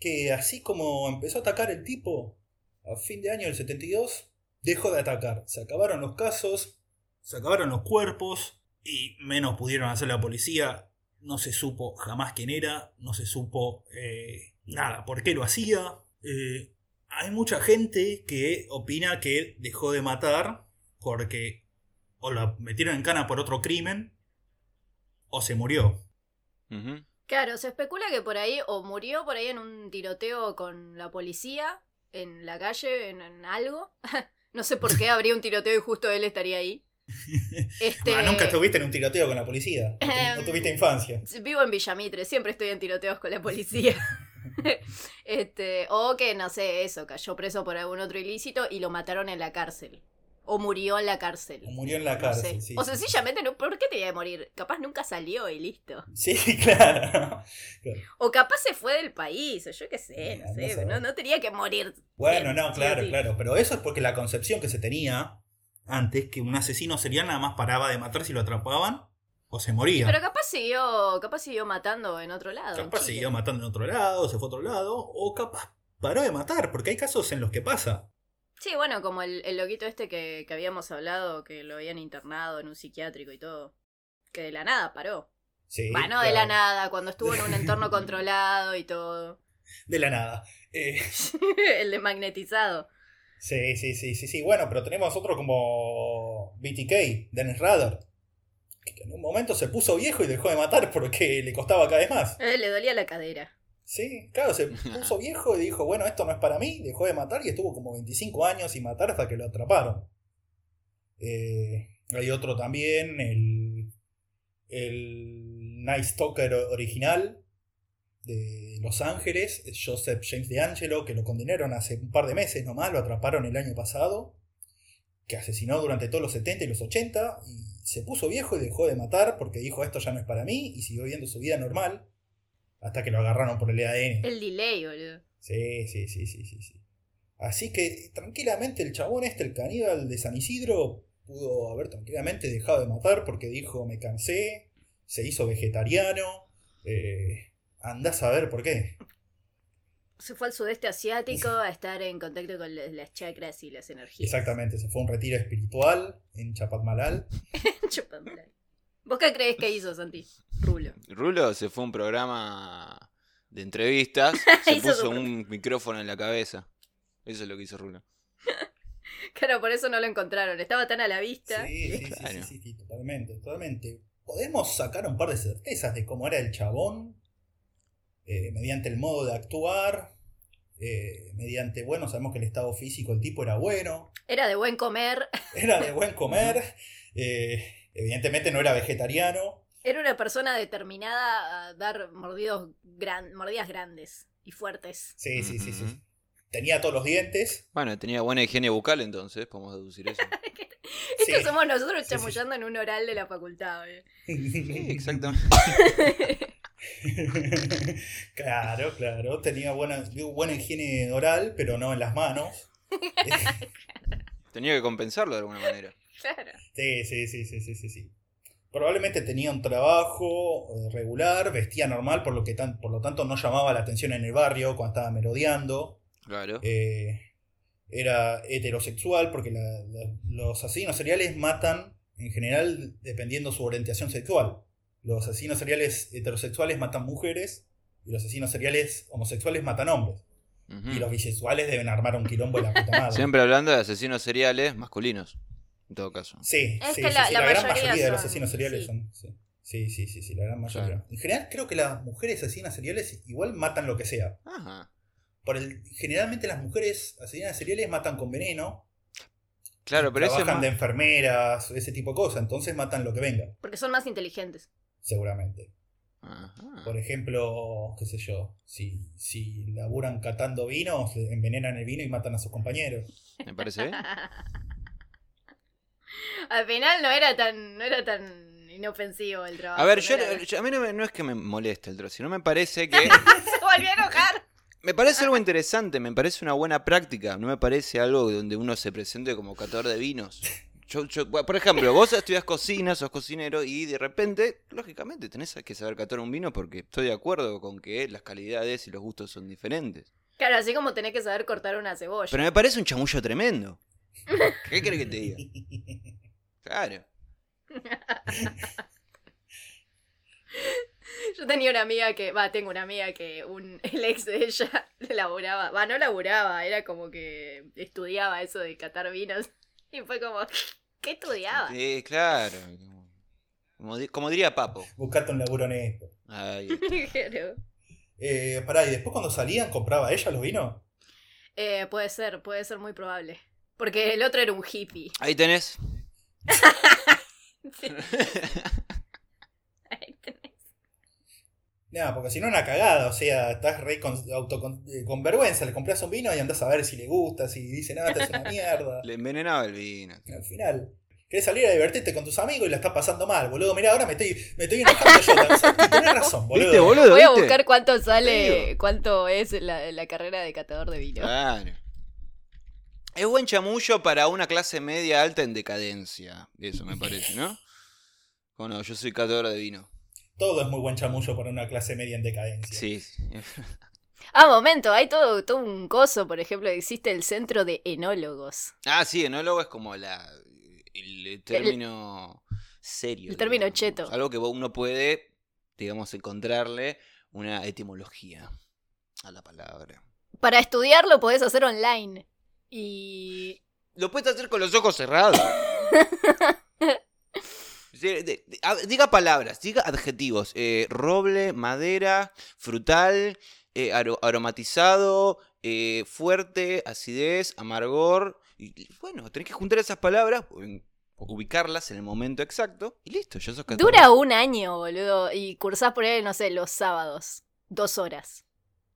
B: que así como empezó a atacar el tipo a fin de año del 72, dejó de atacar. Se acabaron los casos, se acabaron los cuerpos y menos pudieron hacer la policía. No se supo jamás quién era, no se supo eh, nada, por qué lo hacía. Eh, hay mucha gente que opina que él dejó de matar porque o la metieron en cana por otro crimen o se murió.
D: Ujú.
C: Claro, se especula que por ahí o murió por ahí en un tiroteo con la policía, en la calle, en, en algo. no sé por qué habría un tiroteo y justo él estaría ahí. Este,
B: Ah, nunca estuviste en un tiroteo con la policía. No tu- No
C: Em.
B: tuviste infancia.
C: Vivo en Villamitre, siempre estoy en tiroteos con la policía. Este, o que, no sé, eso, cayó preso por algún otro ilícito y lo mataron en la cárcel. O murió en la cárcel.
B: Murió en la
C: No
B: cárcel,
C: sé.
B: sí.
C: O sencillamente, no, ¿por qué tenía que morir? Capaz nunca salió y listo.
B: Sí, claro.
C: O capaz se fue del país, o yo qué sé, no
B: Andá a
C: sé.
B: saber.
C: No, no tenía que morir.
B: Bueno,
C: Bien,
B: no,
C: Em, sí,
B: claro,
C: sí.
B: claro. Pero eso es porque la concepción que se tenía antes, que un asesino serial nada más paraba de matar si lo atrapaban o se moría.
C: Pero capaz siguió, capaz siguió matando en otro lado. en
B: capaz
C: Chile.
B: siguió matando en otro lado, se fue a otro lado, o capaz paró de matar, porque hay casos en los que pasa.
C: Sí, bueno, como el, el loquito este que, que habíamos hablado, que lo habían internado en un psiquiátrico y todo. Que de la nada paró.
B: Sí,
C: Bueno, Ah, de la
B: claro.
C: nada, cuando estuvo en un entorno controlado y todo.
B: De la nada. Eh,
C: el de magnetizado.
B: sí, sí, sí, sí, sí. Bueno, pero tenemos otro como BTK, Dennis Rader, que en un momento se puso viejo y dejó de matar porque le costaba cada vez más.
C: Eh, le dolía la cadera.
B: Sí, claro, se puso viejo y dijo, bueno, esto no es para mí, dejó de matar y estuvo como 25 años sin matar hasta que lo atraparon. Eh, hay otro también, el, el Night Stalker o- original de Los Ángeles, es Joseph James DeAngelo, que lo condenaron hace un par de meses nomás, lo atraparon el año pasado, que asesinó durante todos los 70 y los 80 y se puso viejo y dejó de matar porque dijo, esto ya no es para mí y siguió viviendo su vida normal. Hasta que lo agarraron por el EADN.
C: El delay, boludo.
B: Sí, sí, sí, sí, sí, sí. Así que tranquilamente el chabón este, el caníbal de San Isidro, pudo haber tranquilamente dejado de matar porque dijo me cansé, se hizo vegetariano, eh, andás a ver por qué.
C: Se fue al sudeste asiático a estar en contacto con la- las chakras y las energías.
B: Exactamente, se fue a un retiro espiritual en Chapatmalal.
C: Chupamela. ¿Vos qué crees que hizo, Santi? Rulo.
D: Rulo se fue a un programa de entrevistas, se
C: Hizo su
D: puso
C: propio-
D: un micrófono en la cabeza. Eso es lo que hizo Rulo.
C: Claro, por eso no lo encontraron. Estaba tan a la vista.
B: Sí, sí, sí, sí,
D: Claro.
B: sí, sí, totalmente, totalmente. Podemos sacar un par de certezas de cómo era el chabón, eh, mediante el modo de actuar, eh, mediante, bueno, sabemos que el estado físico el tipo era bueno.
C: Era de buen comer.
B: Era de buen comer. eh, evidentemente no era vegetariano.
C: Era una persona determinada a dar mordidos gran... mordidas grandes y fuertes.
B: Sí, sí, sí, sí.
D: Ujú.
B: Tenía todos los dientes.
D: Bueno, tenía buena higiene bucal entonces, podemos deducir eso.
C: Esto
B: Sí.
C: somos nosotros
B: Sí, sí.
C: chamullando en un oral de la facultad. boludo.
D: Sí, exactamente.
B: claro, claro. Tenía buena, buena higiene oral, pero no en las manos.
D: Tenía que compensarlo de alguna manera.
C: Claro.
B: Sí, sí, sí, sí, sí, sí, sí. Probablemente tenía un trabajo eh, regular, vestía normal, por lo, que tan- por lo tanto no llamaba la atención en el barrio cuando estaba merodeando.
D: Claro.
B: Eh, era heterosexual, porque la- la- los asesinos seriales matan en general dependiendo su orientación sexual. Los asesinos seriales heterosexuales matan mujeres y los asesinos seriales homosexuales matan hombres.
D: Ujú.
B: Y los bisexuales deben armar un quilombo de la puta madre.
D: Mm. Siempre hablando de asesinos seriales masculinos, en todo caso.
B: Sí,
C: Es
B: sí,
C: que
B: sí,
C: la-
B: sí,
C: la
B: gran
C: mayoría
B: mayoría de los
C: son-
B: asesinos seriales
C: sí.
B: son. Sí. Sí, sí, sí, sí, la gran mayoría.
D: Claro.
B: En general creo que las mujeres asesinas seriales igual matan lo que sea.
D: Ajá.
B: Por el, generalmente las mujeres asesinas seriales matan con veneno,
D: Claro, pero eso es
B: trabajan
D: más-
B: de enfermeras, ese tipo de cosas, entonces matan lo que venga,
C: Porque son más inteligentes.
B: seguramente.
D: Ajá.
B: Por ejemplo, qué sé yo, si, si laburan catando vinos, envenenan el vino y matan a sus compañeros.
D: Me parece bien.
C: Al final no era tan, no era tan inofensivo el trabajo.
D: A ver,
C: no
D: yo,
C: era-
D: yo- a mí no, me- no es que me moleste el trozo, sino me parece que...
C: Se volvió a enojar.
D: Me parece algo interesante, me parece una buena práctica, no me parece algo donde uno se presente como catador de vinos. Yo- yo- bueno, por ejemplo, vos estudias cocina, sos cocinero y de repente, lógicamente, tenés que saber catar un vino porque estoy de acuerdo con que las calidades y los gustos son diferentes.
C: Claro, así como tenés que saber cortar una cebolla.
D: Pero me parece un chamullo tremendo. ¿Qué crees que te diga? Claro.
C: Yo tenía una amiga que, va, tengo una amiga que un, el ex de ella laburaba, va, no laburaba, era como que estudiaba eso de catar vinos. Y fue como, ¿qué estudiaba?
D: Sí, claro. Como, di- como diría Papo.
B: Buscate un laburo honesto.
D: Ay,
C: Claro.
B: Eh, pará, y después cuando salían, compraba ella los vinos.
C: Eh, puede ser, puede ser muy probable. Porque el otro era un hippie.
D: ahí tenés.
C: Sí. Ahí tenés.
B: Nada, porque si no, una cagada. O sea, estás re con, autocon- eh, con vergüenza. Le compras un vino y andás a ver si le gusta, si dice nada, te hace una mierda.
D: Le envenenaba el vino.
B: Al final, querés salir a divertirte con tus amigos y la estás pasando mal, boludo. Mirá, ahora me estoy, me estoy enojando yo. Tarzán, Tenés razón, boludo.
D: ¿Viste, boludo?
C: Voy a
D: ¿Viste?
C: buscar cuánto
D: Te
C: sale,
D: digo. Ah.
C: cuánto es la, la carrera de catador de vino.
D: Claro. Es buen chamullo para una clase media alta en decadencia. Eso me parece, ¿no? Bueno, yo soy catadora de vino.
B: Todo es muy buen chamullo para una clase media en decadencia.
D: Sí. sí.
C: Ah, momento, hay todo, todo un coso, por ejemplo, existe el centro de enólogos.
D: Ah, sí, enólogo es como la el término serio.
C: el término
D: digamos.
C: cheto.
D: Algo que uno puede, digamos, encontrarle una etimología a la palabra.
C: Para estudiarlo podés hacer online. Y
D: Lo puedes hacer con los ojos cerrados. Sí, de- de- a- diga palabras, diga adjetivos. eh, roble, madera, frutal, eh, aro- aromatizado, eh, fuerte, acidez, amargor. Y, y bueno, tenés que juntar esas palabras, u- ubicarlas en el momento exacto y listo, ya sos catador.
C: dura un año, boludo. Y cursás por ahí, no sé, los sábados. Dos horas.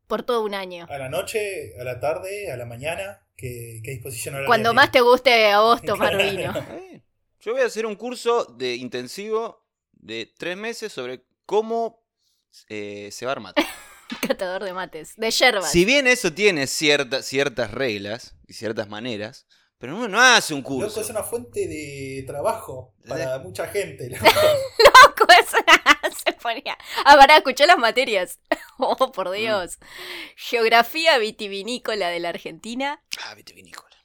C: Por todo un año.
D: Ah,
B: A la noche, a la tarde, a la mañana, ¿qué, qué disposición horaria
C: Cuando
B: tenés?
C: más te guste a vos tomar vino.
D: Está bien. Eh, Yo voy a hacer un curso de intensivo de tres meses sobre cómo eh, se va a armar.
C: Catador de mates. De yerbas.
D: Si bien eso tiene cierta- ciertas reglas y ciertas maneras, pero uno no hace un curso.
B: Loco, es una fuente de trabajo para mucha gente. loco.
C: Loco, eso Pues, se ponía. Ah, pará, escuché las materias. Oh,
D: Mm.
C: por Dios. Geografía vitivinícola de la Argentina.
D: Ah, vitivinícola.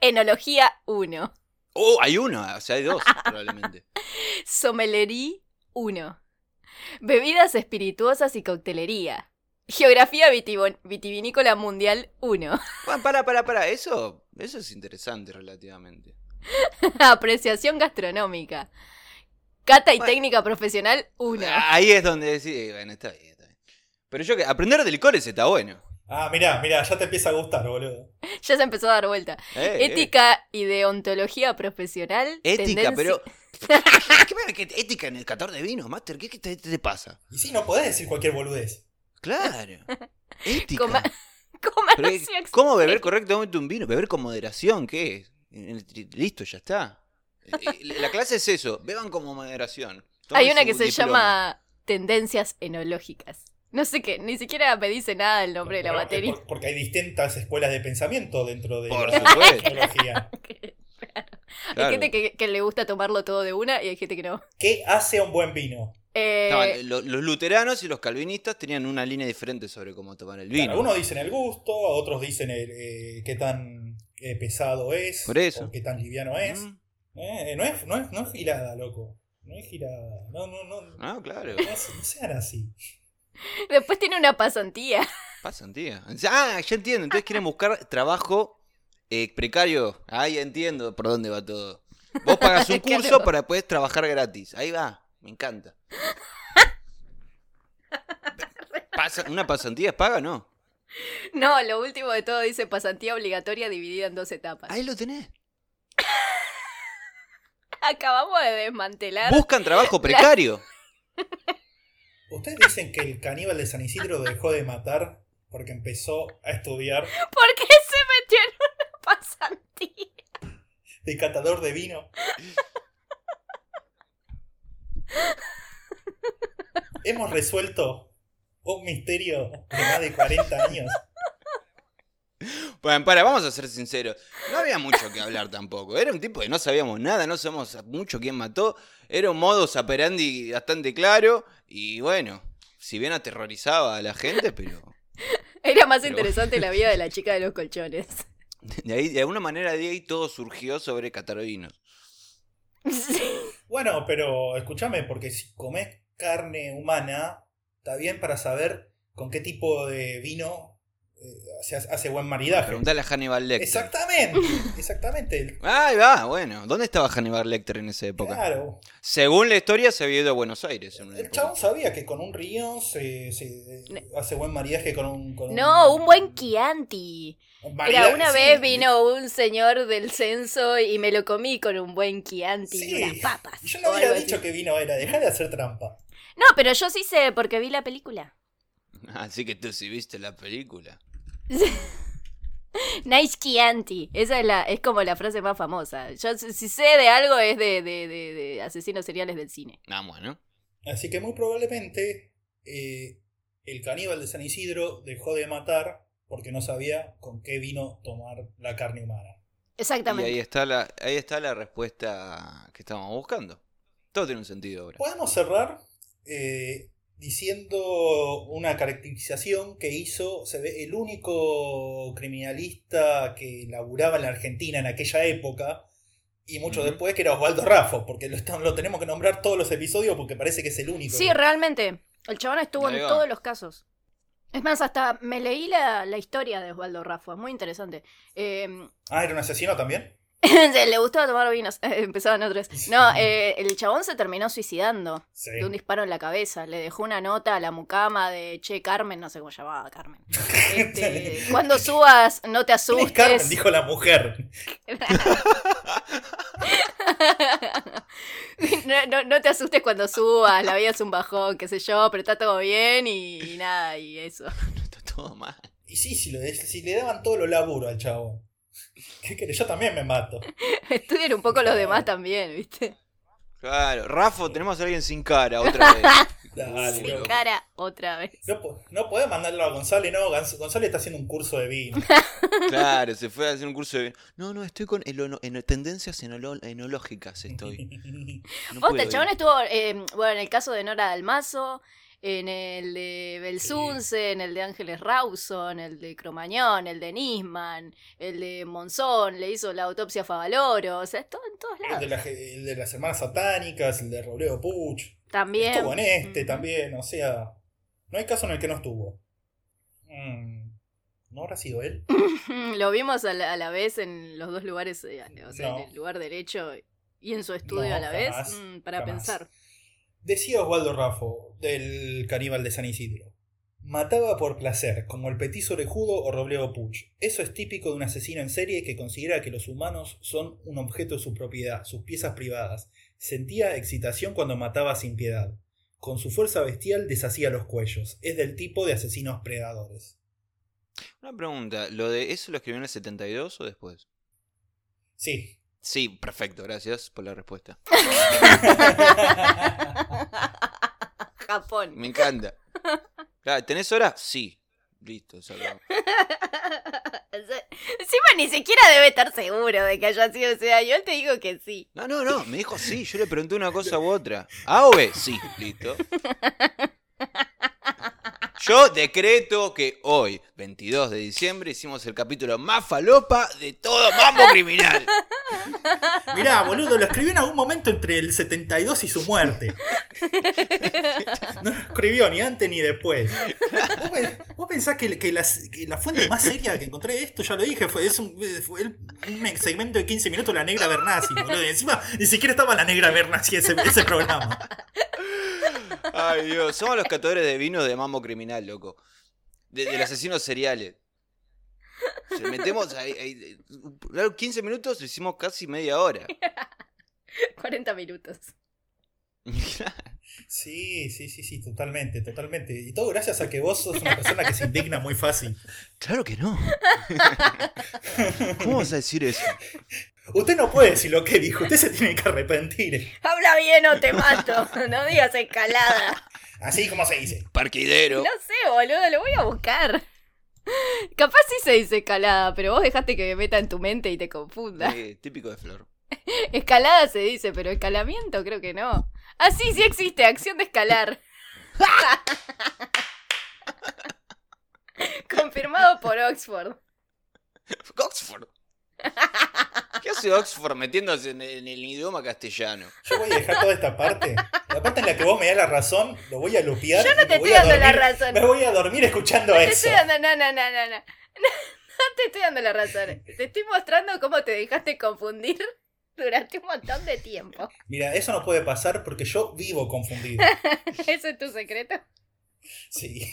C: Enología 1.
D: Oh, hay uno, o sea, hay dos probablemente.
C: Somelería 1. Bebidas espirituosas y coctelería. Geografía vitivo- vitivinícola mundial 1.
D: Bueno, para, para, para, eso, eso es interesante relativamente.
C: Apreciación gastronómica. Cata y
D: Bueno. Ah.
C: técnica profesional 1.
D: Ahí es donde decís, "Eh, bueno, está bien, está bien. Pero yo que aprender de licores está bueno.
B: Ah, mirá, mirá, ya te empieza a gustar, boludo.
C: Ya se empezó a dar vuelta.
D: Eh, eh.
C: Ética y deontología profesional. tendencia-
D: Ética, pero. ¿Qué me- qué- ética en el 14 de vino, Master? ¿Qué, qué te, te pasa?
B: Y sí, no podés decir cualquier boludez.
D: Claro. Ética.
C: Coma-
D: Pero,
C: Comercio
D: eh,
C: exterior.
D: ¿Cómo beber correctamente un vino? Beber con moderación, ¿qué es? En el tri- Listo, ya está. Eh, eh, La clase es eso, beban con moderación. Tomen
C: Hay una
D: su
C: que se
D: diploma.
C: llama Tendencias Enológicas. No sé qué, ni siquiera me dice nada el nombre de la
B: Pero, eh,
C: materia.
B: por- porque hay distintas escuelas de pensamiento dentro de
D: Por
B: la
D: supuesto.
B: psicología.
D: Claro.
C: Hay gente que, que le gusta tomarlo todo de una y hay gente que no.
B: ¿Qué hace a un buen vino?
C: Eh,
D: Estaban lo- los luteranos y los calvinistas tenían una línea diferente sobre cómo tomar el vino.
B: Algunos dicen el gusto, otros dicen el, eh, qué tan eh, pesado es,
D: Por eso.
B: o qué tan liviano es.
D: Mm,
B: Eh, no, es, no, es, no es girada, loco. No es girada. No, no, no. No,
D: No, Ah, claro.
B: se- no sean así.
C: Después tiene una pasantía.
D: Pasan, tía. Ah, ya entiendo. Entonces quieren buscar trabajo eh, precario. Ah, ya entiendo por dónde va todo. Vos pagas un
C: Claro.
D: curso para después trabajar gratis. Ahí va. Me encanta. Pasa- ¿Una pasantía es paga no?
C: No, lo último de todo dice pasantía obligatoria dividida en dos etapas.
D: Ahí lo tenés.
C: Acabamos de desmantelar.
D: Buscan trabajo precario.
B: Ustedes dicen que el caníbal de San Isidro dejó de matar porque empezó a estudiar
C: ¿Por qué se metió en una pasantía?
B: de catador de vino. Hemos resuelto un misterio de más de 40 años.
D: Bueno, para, vamos a ser sinceros. No había mucho que hablar tampoco. Era un tipo que no sabíamos nada, no sabemos mucho quién mató. Era un modus operandi bastante claro. Y bueno, si bien aterrorizaba a la gente, pero
C: Era más
D: Pero-
C: interesante la vida de la chica de los colchones.
D: de ahí, de alguna manera, de ahí todo surgió sobre Catarovinos.
B: Bueno, pero escúchame, porque si comes carne humana, está bien para saber con qué tipo de vino eh, se hace, hace buen maridaje.
D: Preguntale a Hannibal Lecter.
B: Exactamente, exactamente.
D: Ahí va, bueno. ¿Dónde estaba Hannibal Lecter en esa época?
B: Claro.
D: Según la historia, se había ido a Buenos Aires. en una
B: El
D: época.
B: chabón sabía que con un riñón se, se-
C: No.
B: hace buen maridaje con un. con
C: No, un buen Chianti.
B: maridaje,
C: Era una
B: sí.
C: vez vino un señor del censo y me lo comí con un buen Chianti
B: Sí.
C: y unas papas.
B: Yo no
C: o
B: había
C: algo así.
B: dicho que vino era, dejar de hacer trampa.
C: No, pero yo sí sé porque vi la película.
D: Así que tú sí viste la película.
C: Nice Chianti. Esa es, la, es como la frase más famosa. Yo si si sé de algo es de, de, de- de asesinos seriales del cine.
D: Ah, bueno.
B: Así que muy probablemente eh, el caníbal de San Isidro dejó de matar porque no sabía con qué vino tomar la carne humana.
D: Y ahí
C: Exactamente.
D: está, la, ahí está la respuesta que estábamos buscando. Todo tiene un sentido ahora.
B: Podemos cerrar eh, diciendo una caracterización que hizo se ve, el único criminalista que laburaba en la Argentina en aquella época y mucho
D: Ujú.
B: después, que era Osvaldo Raffo, porque lo, estamos- lo tenemos que nombrar todos los episodios porque parece que es el único.
C: Sí,
B: que-
C: realmente. El chabón estuvo
D: Ahí
C: en
D: va.
C: todos los casos. Es más, hasta me leí la, la historia de Osvaldo Raffo. Es muy interesante. Eh,
B: Ah, era un asesino también.
C: se le gustaba tomar vinos. Empezaban otros. No, eh, el chabón se terminó suicidando.
B: Sí.
C: de un disparo en la cabeza. Le dejó una nota a la mucama de Che Carmen, no sé cómo llamaba Carmen. Este, cuando subas, no te
B: ¿Quién es Carmen?
C: asustes.
B: Dijo la mujer.
C: no, no- no te asustes cuando subas, la vida es un bajón, qué sé yo, pero está todo bien y, y nada, y eso.
D: Está todo mal.
B: Y sí, si, lo- si le daban todo lo laburo al chavo. ¿Qué querés? Yo también me mato.
C: Estudien un poco los demás también, ¿viste?
D: Claro. Rafa, tenemos a alguien sin cara otra vez.
B: Dale,
D: Sí,
B: loco.
D: claro.
C: Cara, otra vez.
B: No, po- no podés mandarlo a González, no. Gonz- González está haciendo un curso de vino.
D: Claro, se fue a hacer un curso de... No, no, estoy con enono- eno- tendencias enolo- enológicas estoy. No
C: Posta,
D: puedo
C: el chabón
D: ir.
C: estuvo, eh, bueno, en el caso de Nora Dalmazo, en el de Belsunce, en el de Ángeles Rawson, el de Cromañón, el de Nisman, el de Monzón, le hizo la autopsia a Favaloro, o sea, es todo en todos
B: el, de
C: lados.
B: la ge- el de las hermanas satánicas, el de Robledo Puch.
C: También.
B: Estuvo en este
C: Mm.
B: también, o sea. No hay caso en el que no estuvo. Mm, ¿No habrá sido él?
C: Lo vimos a la, a la vez en los dos lugares, eh, o sea,
B: No.
C: en el lugar derecho y en su estudio
B: No,
C: a la vez,
B: jamás,
C: mm, para
B: jamás.
C: pensar.
B: Decía Osvaldo Raffo, del caníbal de San Isidro. Mataba por placer, como el petiso orejudo o Robledo Puch. Eso es típico de un asesino en serie que considera que los humanos son un objeto de su propiedad, sus piezas privadas. Sentía excitación cuando mataba sin piedad. Con su fuerza bestial deshacía los cuellos. Es del tipo de asesinos predadores.
D: Una pregunta, ¿lo de eso lo escribió en el 72 o después?
B: Sí.
D: Sí, perfecto, gracias por la respuesta.
C: Japón.
D: Me encanta. Claro, ¿Tenés hora? Sí. Listo, se acabó.
C: Encima ni siquiera debe estar seguro de que haya sido ese año. Él te digo que sí.
D: No, no, no, me dijo sí, yo le pregunté una cosa u otra. ¿A o B? Sí, listo. Yo decreto que hoy, 22 de diciembre, hicimos el capítulo más falopa de todo Mambo Criminal.
B: Mirá, boludo, lo escribió en algún momento entre el 72 y su muerte. No lo escribió ni antes ni después. ¿Vos, pe- vos pensás que, que las- que la fuente más seria que encontré de esto, ya lo dije, fue, es un, fue el- un segmento de 15 minutos de la negra Bernasi, boludo. Y encima ni siquiera estaba la negra Bernasi ese, ese programa.
D: Ay, Dios, somos los catadores de vino de Mambo Criminal, loco. De, del asesino seriales. Se metemos ahí, ahí- claro, 15 minutos, lo hicimos casi media hora.
C: 40 minutos.
B: Sí, sí, sí, sí, totalmente, totalmente. Y todo gracias a que vos sos una persona que se indigna muy fácil.
D: Claro que no. ¿Cómo vas a decir eso?
B: Usted no puede decir lo que dijo, usted se tiene que arrepentir.
C: Habla bien o te mato. No digas escalada.
B: Así como se dice.
D: Parquidero.
C: No sé, boludo, lo voy a buscar. Capaz sí se dice escalada, pero vos dejaste que me meta en tu mente y te confunda.
D: Eh, típico de Flor.
C: Escalada se dice, pero escalamiento creo que no. Ah, sí, sí existe, acción de escalar. Confirmado por Oxford.
D: Oxford. ¿Qué hace Oxford metiéndose en el, en el idioma castellano?
B: Yo voy a dejar toda esta parte. La parte en la que vos me das la razón, lo voy a lupear.
C: Yo no
B: y
C: te
B: me voy
C: estoy
B: a
C: dando la
B: dormir-
C: razón.
B: Me voy a dormir escuchando
C: te
B: eso.
C: estoy dando, no, no, no, no, no. No, no te estoy dando la razón. Te estoy mostrando cómo te dejaste confundir durante un montón de tiempo.
B: Mira, eso no puede pasar porque yo vivo confundido.
C: ¿Eso es tu secreto?
B: Sí.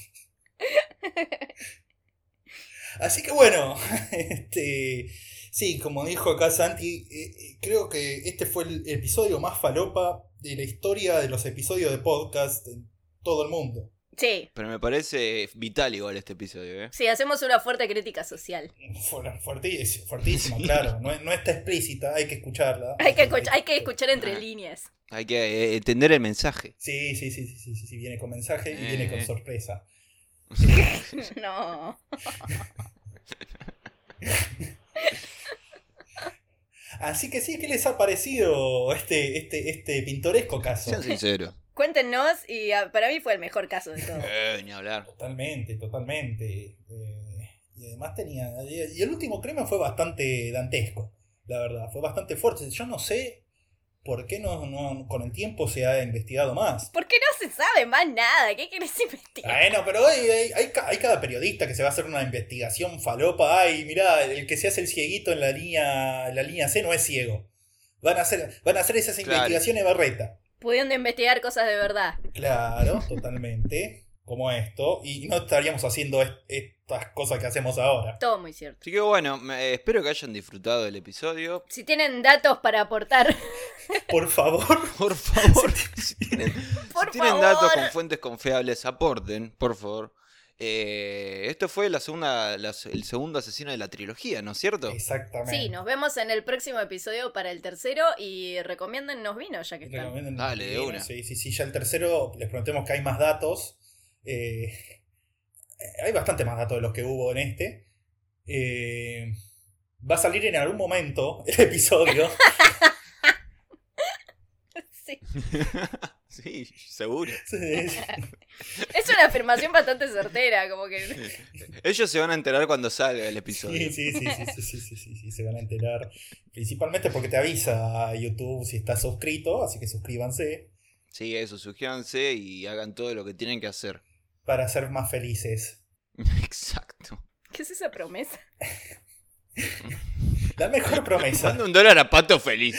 B: Así que bueno, este, sí, como dijo acá Santi, eh, eh, creo que este fue el episodio más falopa de la historia de los episodios de podcast en todo el mundo.
C: Sí.
D: Pero me parece vital igual este episodio, ¿eh?
C: Sí, hacemos una fuerte crítica social.
B: Fuera- Fuertísimo, fuertísimo, claro. No, no está explícita, hay que escucharla.
C: Hay que, escuch- hay que escuchar entre
D: Ah.
C: líneas.
D: Hay que eh, entender el mensaje.
B: Sí, sí, sí, sí, sí, sí, sí, viene con mensaje y
D: Eh,
B: viene con
D: eh.
B: sorpresa.
C: No.
B: Así que sí, ¿qué les ha parecido este, este, este pintoresco caso?
D: Sean sinceros.
C: Cuéntenos, y ah, para mí fue el mejor caso de todo.
D: Eh, ni hablar.
B: Totalmente, totalmente. Eh, y además tenía. Y el último crimen fue bastante dantesco, la verdad. Fue bastante fuerte. Yo no sé por qué no, no- con el tiempo se ha investigado más.
C: ¿Por qué no se sabe más nada? ¿Qué querés
D: Ah.
C: investigar?
B: Bueno, pero hay, hay, hay ca- hay cada periodista que se va a hacer una investigación falopa. Ay, mirá, el que se hace el cieguito en la línea, en la línea C no es ciego. Van a hacer, van a hacer esas
D: Claro.
B: investigaciones barreta.
C: Pudiendo investigar cosas de verdad.
B: Claro, totalmente. Como esto. Y no estaríamos haciendo est- estas cosas que hacemos ahora.
C: Todo muy cierto.
D: Así que bueno, me- eh, espero que hayan disfrutado el episodio.
C: Si tienen datos para aportar,
B: Por favor.
D: Por favor, si tienen,
C: por
D: si tienen
C: favor.
D: datos con fuentes confiables, aporten, por favor. Eh, esto fue la segunda, la- el segundo asesino de la trilogía, ¿no es cierto?
B: Exactamente.
C: Sí, nos vemos en el próximo episodio para el tercero y recomiéndennos vino ya que están.
B: Recomienden-
D: Dale, de una.
B: Sí, sí, sí. Ya el tercero, les prometemos que hay más datos. Eh, hay bastante más datos de los que hubo en este. Eh, va a salir en algún momento el episodio.
C: Sí.
D: Sí, seguro.
C: Es una afirmación bastante certera, como que
D: Ellos se van a enterar cuando salga el episodio.
B: Sí, sí, sí, sí, sí, sí, sí, sí, sí, se van a enterar. Principalmente porque te avisa YouTube si estás suscrito, así que suscríbanse
D: Sí, eso, suscríbanse y hagan todo lo que tienen que hacer.
B: para ser más felices.
D: Exacto.
C: ¿qué es esa promesa?
B: La mejor promesa.
D: Manda un dólar a Pato Feliz.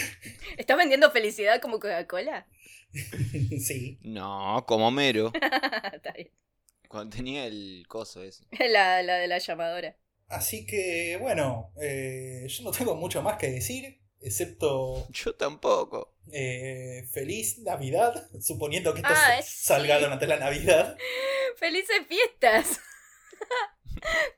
C: ¿Estás vendiendo felicidad como Coca-Cola?
B: Sí.
D: No, como Homero.
C: Está bien.
D: Cuando tenía el coso ese.
C: La, la de la llamadora.
B: Así que, bueno, eh, yo no tengo mucho más que decir, excepto
D: Yo tampoco.
B: eh, feliz Navidad, suponiendo que esto
C: Ah,
B: se-
C: es-
B: salga
C: sí.
B: durante la Navidad.
C: ¡Felices fiestas!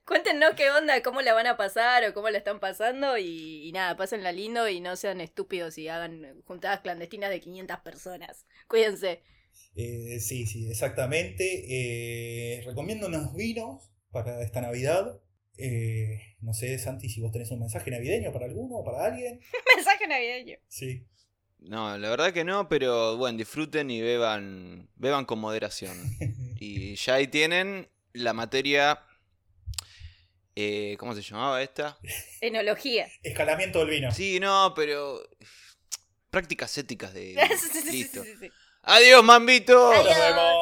C: Cuéntenos qué onda, cómo la van a pasar o cómo la están pasando y, y nada, pásenla lindo y no sean estúpidos y hagan juntadas clandestinas de 500 personas. Cuídense.
B: Eh, sí, sí, exactamente. Eh, recomiendo unos vinos para esta Navidad. Eh, no sé, Santi, si vos tenés un mensaje navideño para alguno o para alguien.
C: Mensaje navideño.
B: Sí.
D: No, la verdad que no, pero bueno, disfruten y beban, beban con moderación. Y ya ahí tienen la materia... eh, ¿Cómo se llamaba esta?
C: Enología.
B: Escalamiento del vino.
D: Sí, no, pero... eh, Prácticas éticas de...
C: Sí, sí, sí,
D: Listo.
C: sí, sí.
D: Adiós, mambito.
B: Nos vemos.